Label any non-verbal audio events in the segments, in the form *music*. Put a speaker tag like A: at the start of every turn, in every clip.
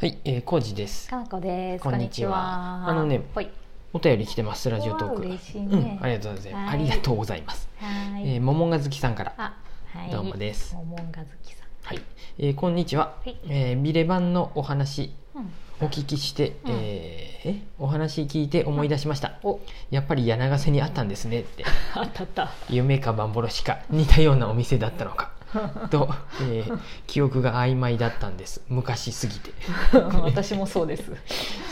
A: はい、えー、コージです。
B: かなこです。
A: こんにちはあのね
B: ほい。
A: お便り来てます、ラジオトー
B: わ
A: ク。
B: あ嬉しいね
A: うん、ありがとうございます。あ
B: はい
A: りがとうございます。
B: は
A: え
B: ーい。
A: ー、ももがずきさんから。
B: あ、はい。
A: どうもです
B: ももんがずきさん。
A: はい、えー、こんにちは。
B: はい
A: えー、ビレ版のお話、
B: うん。
A: お聞きして、
B: うん
A: えーえお話聞いて思い出しました。
B: お、
A: やっぱり柳ヶ瀬にあったんですねって。
B: あったあった。
A: 夢か幻か似たようなお店だったのか。と、えー、記憶が曖昧だったんです。昔す
B: *laughs*
A: ぎて。
B: *laughs* 私もそう
A: *laughs*
B: です。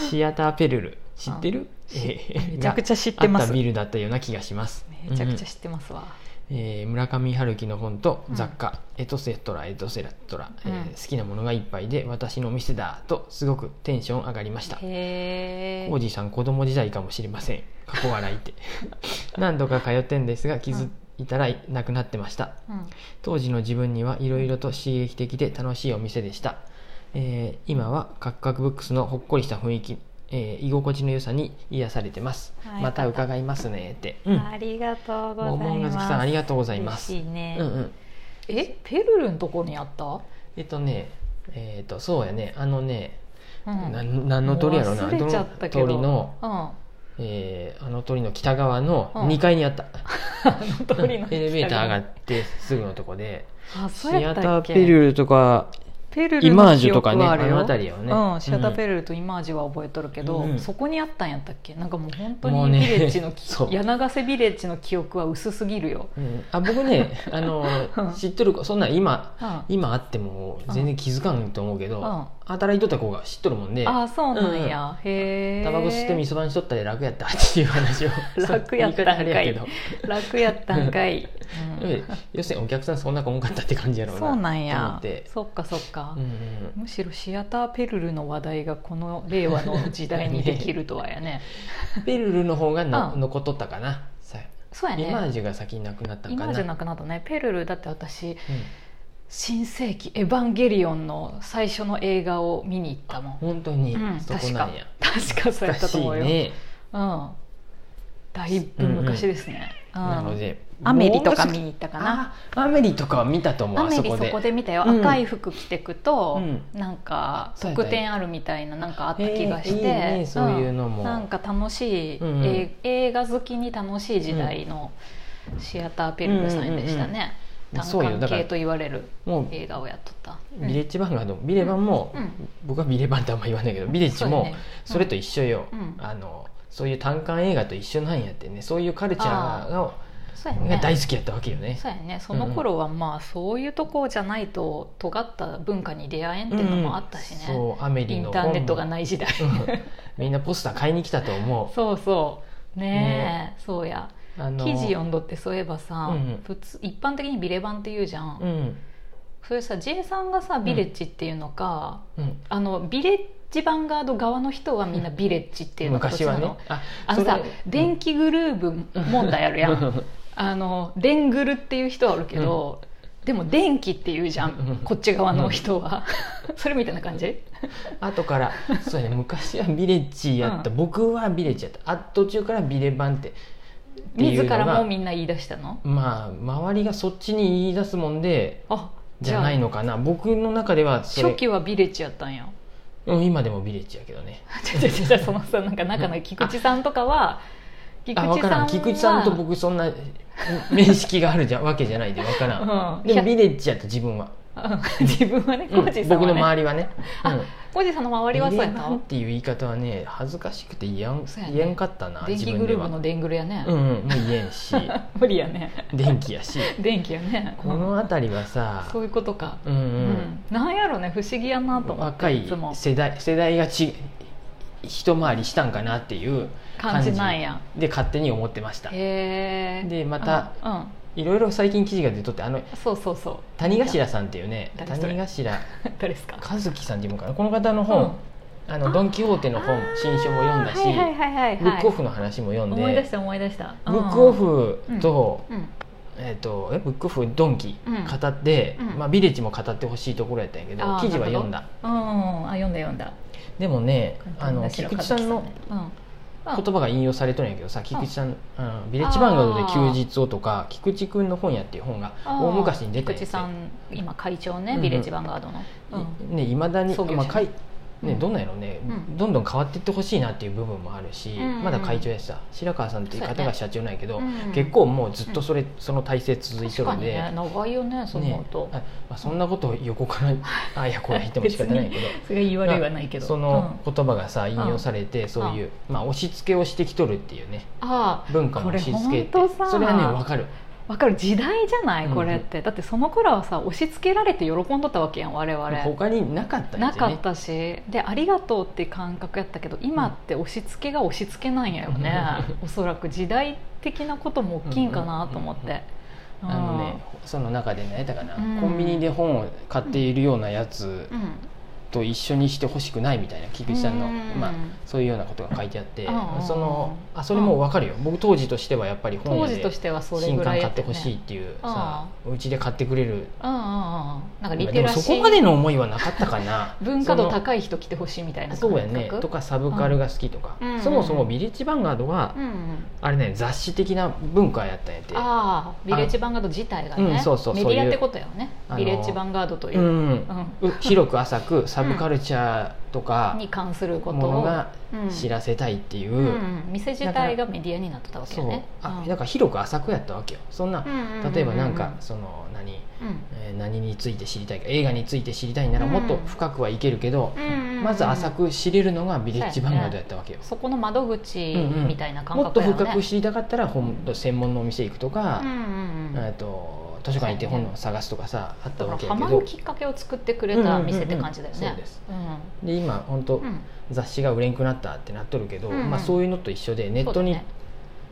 A: シアターペルル、知ってる
B: めちゃく
A: ゃ
B: ちゃ知っ
A: あ
B: て
A: っ
B: ま
A: た
B: す。
A: ビ
B: め
A: ルだったような気がします。
B: ちゃ
A: う
B: くちゃ
A: ん
B: 知ってますわ。
A: えー村上春樹の本と
B: うん
A: 雑貨、エトセトラエトセラトラ、えー
B: う
A: 好
B: ん
A: きなものがいっぱいで私のお店だとすごくテンション上がりました
B: へえ。
A: おじさん子供時代かもしれません過去笑いって
B: *laughs*
A: 何度か通ってんですが気づいたらなくなってました
B: うん。
A: 当時の自分にはいろいろと刺激的で楽しいお店でした、えー今はカクカクブックスのほっこりした雰囲気、えー居心地の良さに癒されてます、
B: はい
A: また伺いますねって、うん、
B: ありがとうござ
A: も
B: います。
A: もんがずきさんありがとうございます
B: 嬉しいね。
A: うんうん
B: え、ペルルのとこにあった？
A: えっとねえっとそうやねあのね、
B: う
A: な。何の鳥やろな
B: もう忘れちゃったけど
A: どの鳥の、
B: うん。 *laughs* あ
A: えーあの鳥の北側の
B: うん
A: 2階にあった、
B: の鳥
A: *laughs*
B: の。
A: エレベーター上が。ってすぐのとこで
B: あ、
A: シ
B: そうや
A: ア
B: ったっ
A: ター
B: け？
A: ペルルとか
B: ペルル
A: イマージュとか
B: 記
A: ね
B: 憶は
A: あ
B: るよ
A: の辺りよね、
B: うん、シアターペルルとイマージュは覚えとるけど、
A: うん
B: そこにあったんやったっけなんかもう本当
A: もうね
B: にビレッジのき、
A: *laughs* そう
B: 柳ヶ瀬ビレッジの記憶は薄すぎるよ、
A: うんあ僕ね *laughs* あの知っとる子そんなん今
B: うん、あ
A: 今あっても全然気づかんと思うけど、
B: うん
A: 働いとった子が知っとるもんで
B: あそうなんや、へえ
A: タバコ吸ってみそばにしとったで楽やったっていう話を
B: 楽やったん
A: 言い
B: かい
A: 方あれやけど
B: 楽やったんか
A: *laughs*
B: い、うん
A: で要するにお客さんそんな子多かったって感じやろうな
B: そうなん
A: と思
B: や
A: って、
B: そっかそっか、
A: うんうん
B: むしろシアターペルルの話題がこの令和の時代にできるとは
A: *laughs*
B: やね
A: ペルルの方がの、
B: うん
A: 残っとったかなさ
B: そうやね
A: イマージュが先になくなったん
B: イ
A: か
B: マ
A: な
B: ージュなくなったねペルルだって私新世紀エヴァンゲリオンの最初の映画を見に行ったもん
A: うん、本当に、
B: うん
A: そこなんや
B: 確かそうやったと思うよ、
A: 懐かしいね、
B: うん、だいぶ昔ですね、うん
A: なので
B: アメリとか
A: もう
B: 見に行ったかな
A: あアメリとかは見たと思う
B: ア
A: あ
B: メ
A: そ
B: リ
A: こ
B: そ
A: で
B: こで見たよ、
A: うん
B: 赤い服着てくと、
A: う
B: なんか
A: そうやった
B: 特典あるみたいななんかあった気がして、
A: えーいいねそういうのも、
B: うんなんか楽しい、
A: うんうん
B: えー映画好きに楽しい時代のシアターペルルさんでしたね、
A: うんうんうん
B: 単
A: そうよだ
B: 関
A: から
B: 系と言われる
A: もう
B: 映画をやっとった、
A: ビレッジバンガードビレバンも、
B: うん
A: 僕はビレバンってあんま言わないけどビレッジ
B: そうや
A: も
B: ね
A: それと一緒よ、
B: うん
A: あのそういう単館映画と一緒なんやってねそういうカルチャーが
B: そうや
A: が
B: ね
A: 大好きやったわけよね
B: そうやねその頃はまあそういうとこじゃないと尖った文化に出会えんっていうのもあったしね、
A: うんそうアメ
B: イ
A: リの
B: ンターネットが
A: い、
B: ない時代
A: うんみんなポスター買いに来たと思
B: *laughs* そうそうねえそうや
A: うあの
B: 記事読んどってそういえば
A: う
B: さ、
A: んうん
B: 普通一般的にビレ版って言うじゃん、
A: うん、
B: それさ J さんがさビレッジっていうのか、
A: うん、
B: あのビレッジヴァンガード側の人はみんなビレッジっていうのか
A: 昔はねあ
B: あのさ
A: それ
B: 電気グルーブ問題あるやん、あのデングルっていう人はおるけど、でも電気っていうじゃん、
A: うん
B: こっち側の人は、 *laughs* それみたいな感じ
A: *laughs* 後からそうやね昔はビレッジやった、
B: う
A: 僕はビレッジやったあ途中からビレバンってっていう
B: 自
A: のが
B: らもみんな言い出したの
A: まあ周りがそっちに言い出すもんで
B: あ
A: じ
B: じ
A: ゃ
B: ゃあ
A: ないのかな僕の中ではそれ
B: 初期はビレッジやったんや *laughs*
A: うん、今でもビレッジやけどね
B: 違う違う違うそのさなんか中の菊池さんとかは菊
A: あ分からん菊池さんと僕そんな *laughs* 面識があるじゃわけじゃないで分からん、
B: うん
A: でもビレッジやった自分は、
B: うん自分はね
A: うん
B: 浩二さん
A: 僕の
B: はね
A: 周りはね、
B: あ浩二さんの周りはそうやっ
A: ビレバンっていう言い方はね恥ずかしくて言えん,、
B: そうやね
A: 言えんかったな
B: た電
A: 自
B: 気
A: 分
B: グ
A: で
B: ループ
A: は
B: のデングルやね、
A: うんうんもう言えん
B: *laughs*
A: し
B: 無理やね
A: 電気やし
B: 電気やね
A: この辺りはさ
B: そういうことか
A: うん
B: う
A: うん
B: ん、なんやろね不思議やなと思って
A: 若い
B: いつも
A: 世代世代がち一回りしたんかなっていう
B: 感じなんや
A: で勝手に思ってました
B: へえ
A: でまた
B: うん、うん
A: いろいろ最近記事が出とってあの
B: そうそうそう
A: 谷頭さんっていうね
B: 誰それ *laughs*
A: 谷頭
B: 誰ですか
A: 和樹さんっていうのかなこの方の本、あのドン・キホーテの本新書も読んだし、
B: はいはいはいはい、はい、
A: ブックオフの話も読んで
B: 思い出した思い出した
A: ブックオフと,、
B: うん
A: えっとえブックオフドンキ
B: うん
A: 語って、
B: うん
A: まあ、ビレッジも語ってほしいところやったんやけど
B: あー
A: 記事は読んだ
B: うんあ読んだ読んだ
A: でもねあの菊池さんの
B: うん
A: 言葉が引用されとるんやけどさ菊池さん、うんビレッジバンガードで休日を」とか「菊池くんの本屋」っていう本が
B: あー
A: 大昔に出た
B: 菊池さん今会長ね、
A: うん
B: ビレッジヴァンガードの、うん
A: いまだに、
B: 創業者
A: まあ、かいね、
B: うん
A: どんなんやろうね、
B: うん
A: どんどん変わっていってほしいなっていう部分もあるし、
B: うんうん
A: まだ会長やしさ白川さんっていう
B: そう
A: 方
B: や
A: が
B: ね
A: 社長なんやけど、
B: うん
A: 結構もうずっとそれ、その体制続いて
B: 確
A: る
B: か
A: ん
B: に
A: で、
B: ね長いよねそう思うと、
A: あまあ、そんなことを横から
B: *laughs*
A: あいやこれ言っても仕方ないけど
B: それが言われはないけど
A: その言葉がさ引
B: ん
A: 用されてそういう、まあ、押し付けをしてきとるっていうね
B: うんああ
A: 文化の押し付けって
B: これほんとさ
A: それはねわかる
B: わかる時代じゃな
A: う
B: い
A: ん
B: これって、だってその頃はさ押し付けられて喜んどったわけやん我々、
A: 他になかったん
B: な
A: ですよ
B: か
A: ね
B: ったしでありがとうって感覚やったけど今って押し付けが押し付けなんやよね、おそらく時代的なことも大きいんかなと思って、
A: あのねその中で何やったかな、
B: うん
A: コンビニで本を買っているようなやつ
B: うん、
A: と一緒にしてほしくないみたいな菊池さんの、
B: うん
A: まあ、そういうようなことが書いてあって、
B: うん
A: そのあそれも分かるよ、僕当時としてはやっぱり本
B: 当
A: 屋
B: 時
A: で
B: としてはそれ
A: 新
B: ぐら
A: 刊
B: い
A: 買
B: や
A: っ
B: っ
A: て
B: たよね
A: ほしいっていうさうちで買ってくれる
B: うんうんうんうんなんかリ
A: で
B: テ
A: も
B: ラシ
A: そ
B: ー
A: こまでの思いはなかったか
B: *laughs*
A: な
B: 文化度
A: い
B: 高い人来てほしいみたいな
A: そ
B: 感
A: う
B: 覚
A: やねとかサブカルが好きとか、
B: うん
A: そもそもビレッジヴァンガードは、
B: うんうん、
A: あれね雑誌的な文化やったんやて
B: ああビレッジヴァンガード自体がね、
A: うんそうそう
B: メディアってことやよね
A: そういう
B: ビレッジヴァンガードというう、
A: ん
B: うん
A: う広く浅くサブカルチャーとか
B: に関するこ
A: も
B: と
A: の
B: を
A: が知らせたいっていう、
B: うんうん店自体がメディアになってたわけ
A: そ
B: よ
A: う
B: ね
A: あ
B: うん
A: だから広く浅くやったわけよそんな例えばなんかその何、
B: うん
A: えー何について知りたいか映画について知りたいならもっと深くはいけるけど、
B: うんうんうん
A: まず浅く知れるのがビレッジヴァンガードやったわけよ、
B: そこの窓口みたいな感
A: もっ
B: 覚
A: と
B: やよね
A: 深く知りたかったら本専門のお店行くとか、
B: うんうんうん
A: えっと図書館行って本を探すとかさあった
B: だか
A: わ
B: ら
A: けや
B: ハ
A: け
B: マる
A: ど
B: きっかけを作ってくれた店って感じだよ
A: うんうんうんそう
B: ね
A: です
B: うん
A: で今本当
B: うん
A: 雑誌が売れんくなったってなっとるけど、
B: うんうん
A: まあ、そういうのと一緒でネットに、
B: そうだね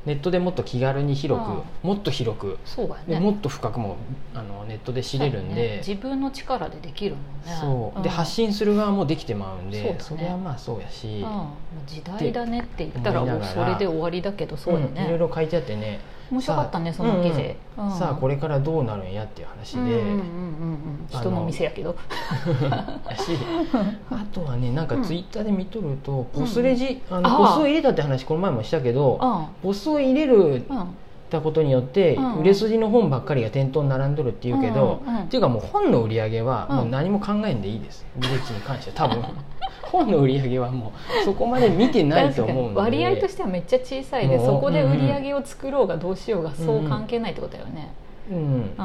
A: ネットでもっと気軽に広く、
B: うん
A: もっと広く
B: そうだよ
A: で
B: ね
A: もっと深くもあのネットで知れるん
B: そうだよね
A: で、
B: 自分の力でできるもんね
A: そうで
B: ん
A: 発信する側もできてまうんで
B: そうだ
A: そ
B: ね
A: れはまあそうや
B: うん
A: し、
B: もう時代だねって言った
A: っ
B: ら
A: て思いな
B: もう
A: が
B: そ
A: ら
B: れで終わりだけどそうだ
A: んいろい
B: ね
A: ろ書いてあってね
B: 面白かったねその記事
A: さあ,、
B: うん
A: さあこれからどうなるんやっていう話で、
B: うんうんうんうんうん人の店やけ
A: *laughs*
B: ど
A: やしあとはねなんか
B: うん
A: ツイッターで見とると、
B: うん
A: ポスレジあの
B: ああ
A: ポスを入れたって話この前もしたけど、
B: うん
A: ポスを入れる
B: うん
A: ったことによって
B: うん
A: 売れ筋の本ばっかりが店頭に並んどるっていうけど、
B: うんうんうん
A: っていうかもう本の売り上げは
B: うん
A: もう何も考えんでいいです、履歴に関しては多分 *laughs* 本の売り上げはもうそこまで見てないと思うので
B: 割合としてはめっちゃ小さいで
A: もう
B: そこで売り上げを作ろうがどうしようがそう関係ないってことだよね、
A: うん、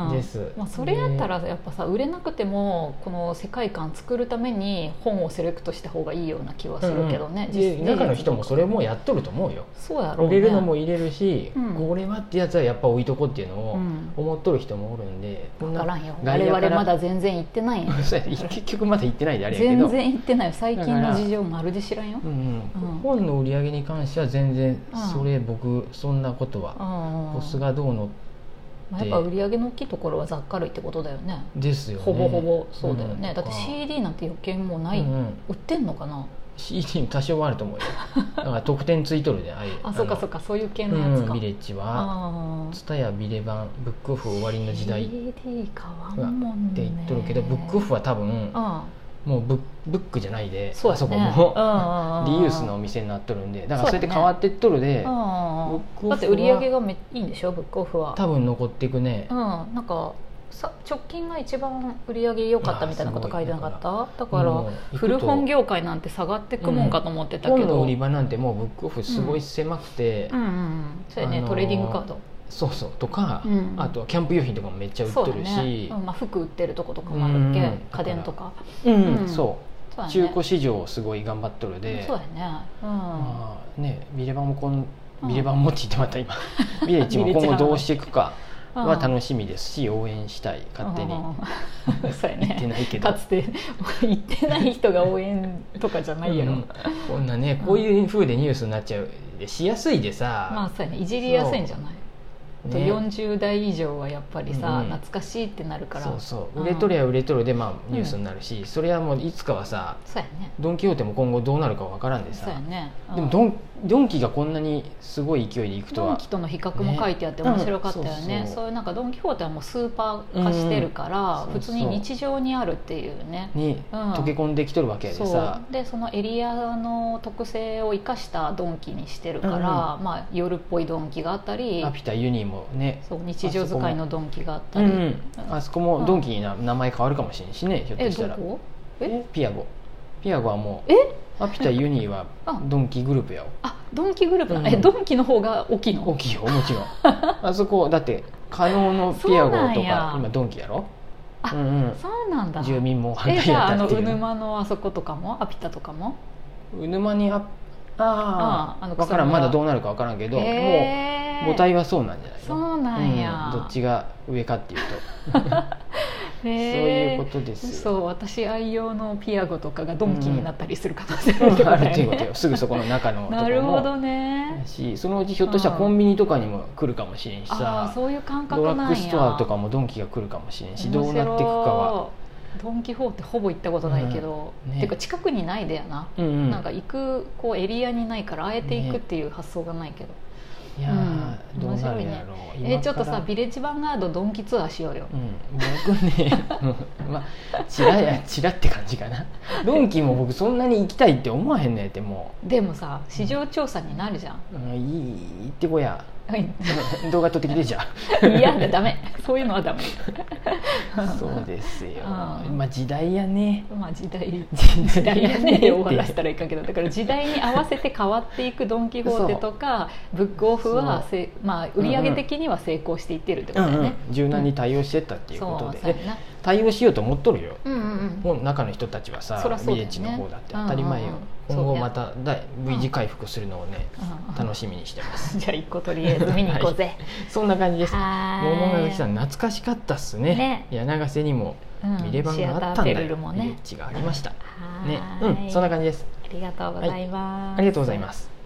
B: うん
A: です、
B: まあ、それやったら
A: で
B: やっぱさ売れなくてもこの世界観作るために本をセレクトした方がいいような気はするけどね、
A: うん
B: 実
A: で中の人もそれもやっとると思うよ
B: そうやろう、
A: 売
B: ね、
A: れるのも入れるし、
B: うん
A: これはってやつはやっぱ置いとこうっていうの
B: う
A: を
B: ん、
A: 思っとる人もおるんで、こん
B: 分
A: な
B: からんよ
A: 外
B: 我
A: 野から
B: 々まだ全然行ってないよ
A: そうや *laughs* 結局まだ行ってないであれやけど
B: 全然行ってないよ最近
A: だから
B: の事情まるで知らんよ
A: う、ん
B: うん
A: 本の売り上げに関しては全然
B: うん
A: それ僕そんなことは
B: うん
A: ボスがどうの
B: まあ、やっぱ売り上げの大きいところはざっかるいってことだよね
A: ですよね
B: ほぼほぼそうだよね、
A: うん
B: だって CD なんて余計もうない、
A: うんうん
B: 売ってんのかな
A: CD も多少はあると
B: *laughs*
A: 思うよだから得点ついとるでああいう
B: あそうか
A: の
B: そうかそういう系
A: う
B: のやつ
A: ん
B: か、
A: ビレッジは
B: ああ
A: ツタヤビレ版ブックオフ終わりの時代って
B: CD 買わんもんね
A: 言っとるけどブックオフは多分
B: あ
A: もうブッブックじゃないで
B: そう
A: あ
B: やね
A: そこも
B: うん *laughs* うんうんうん
A: リユースのお店になっとるんでだからそ
B: そう
A: やっ
B: うや
A: て
B: ね
A: 変わってっとるで
B: あ
A: ブックオフは
B: だって売り上げがめいいんでしょブックオフは
A: 多分残っていくね
B: うんなんかさ直近が一番売り上げ良かったみたいなこと書いてなかっただか
A: もう行くと
B: ら古本業界なんて下がってくもんかと思ってたけ
A: 本
B: ど、
A: の売
B: うん
A: り場なんてもうブックオフすごい狭くて、
B: うんうんそうやね、
A: あのー
B: トレーディングカード
A: そうそうとか、
B: うん
A: あとはキャンプ用品とかもめっちゃ売っ
B: そ
A: と
B: うだ
A: るし
B: ねうんまあ、服売ってるとことかもあるっけ、
A: うん
B: 家電とか
A: う,、ん
B: うん
A: そう
B: そうだね
A: 中古市場をすごい頑張っとるで、
B: そうやねうん、
A: まあねビレバンもこん
B: うん
A: ビレバンもって言ってまた
B: *laughs*
A: 今ビレッジも今後どうしていくか
B: うん
A: は楽しみですし応援したい勝手に
B: うんうんうん *laughs* そうや
A: 言って
B: ね
A: ないけど
B: か。つて行ってない人が応援とかじゃないやろ、
A: うんこんなねこういう風でニュースになっちゃうでしやすいでさ、
B: まあそうやねいじりやすいんじゃない、あと
A: ね
B: 40代以上はやっぱり
A: うん
B: さ、
A: うん
B: 懐かしいってなるから
A: そうそう
B: うん
A: 売れとりゃ売れとるで、まあ、ニュースになるし、それはもういつかはさ
B: そうやね
A: ドン・キホーテも今後どうなるかわからんでさ
B: そうやね、うん
A: でもドンドンキがこんなにすごい勢いでいくと
B: ドン
A: は
B: キとの比較も書いてあって
A: ね
B: 面白かったよね,、
A: うんそうそう
B: そういうなんかドン・キホーテはもうスーパー化してるから、
A: うん
B: 普通に日常にあるっていうね
A: に
B: うん
A: 溶け込んできとるわけやで
B: そ
A: さ、
B: うでそのエリアの特性を生かしたドンキにしてるから、まあ、夜っぽいドンキがあったり
A: ラピュタユニもね
B: そう日常使いのドンキがあった
A: う
B: り、
A: んあそこもドンキにな名前変わるかもしれんしねひょっ
B: え
A: とし
B: ど
A: たら
B: こえ
A: ピアゴピアゴはもう
B: え
A: アピタユニーは
B: あ
A: ドンキグループやわ
B: あドンキグループな、
A: うん
B: えドンキの方が大きいの
A: 大きいよもちろん *laughs* あそこだって加納のピアゴ
B: そうなん
A: と
B: や
A: か今ドンキやろ
B: あ
A: うん
B: そうなん
A: う
B: だ
A: ん、住民も反
B: え
A: 対
B: じゃあ
A: や
B: あ
A: った
B: の
A: っていう
B: う
A: ね
B: ぬまのあそことかもアピタとかも
A: うぬまにああ
B: ああ
A: あ
B: の
A: 分
B: 草む
A: から
B: ら
A: んまだどうなるか分からんけど、
B: へー
A: もう母体はそうなんじゃないの
B: そうなんや、
A: うんどっちが上かっていうと、
B: へえ
A: そういうことですよ
B: そう私愛用のピアゴとかがドンキになったりする可能性
A: *laughs*
B: あるってこと
A: あ
B: だ
A: るっていう
B: よ
A: こと
B: ね
A: よすぐそこの中のとこ
B: なるほど
A: も
B: ね
A: しそのうちひょっとしたらコンビニとかにも来るかもしれんし
B: あ
A: さ
B: あそういう感覚
A: ド
B: な
A: ラ
B: んや
A: ッグストアとかもドンキが来るかもしれんしどうなっていくかは、
B: 面白いドン・キホーテほぼ行ったことないけど、
A: うんね
B: ていうか近くにないだよな、
A: うんうん、
B: なんか行くこうエリアにないからあえて行くっていう発想がないけど、
A: いやー、
B: うん
A: どうなるやろう、
B: えーちょっとさ
A: ビ
B: ビレッジヴァンガードドンキツアーしようよ
A: うん、僕ね *laughs* うんまあチラやチラって感じかなドンキも僕そんなに行きたいって思わへんねんっても
B: でもさ市場調査になるじゃん
A: う、うん、いい行ってこや *laughs*
B: 嫌
A: 動画撮ってきてじゃ
B: だダメそういうのはダメ
A: あ
B: *laughs*
A: そうですよ
B: うん
A: まあ時代やね
B: まあ時代
A: 時
B: 時代やねで終わらせ
A: って
B: たらいいかんけどだから時代に合わせて変わっていくドン・キホーテとかブックオフは
A: そう
B: せ、まあ、売り上げ的には成功していってるってこ
A: う
B: と
A: ん
B: だよ
A: う
B: ね
A: ん、柔軟に対応してったっていうことで、
B: そうそう
A: で
B: やな
A: 対応しようと思っとるよ、
B: うんうんうん
A: もう中の人たちはさ、
B: そらそうだ
A: ビ
B: よ
A: レ
B: ね
A: ッジの方だって当たり前よ、
B: うんうんうん
A: 今
B: そう
A: 後
B: ね
A: まただい V 字回復するのをね、
B: うん
A: 楽しみにしてます、
B: じゃあ一個とりあえず見に行こうぜ。
A: *laughs* そんな感じです
B: は
A: 桃
B: ー
A: が
B: い。
A: さん懐かしかったっすね
B: ね
A: 柳瀬にも
B: うん
A: 見れ版があったんだ
B: シアターベル
A: よ、
B: ルもね
A: ビレッジがありました
B: は
A: ね
B: ーい
A: うんそんな感じです
B: ありがとうございます。
A: ありがとうございます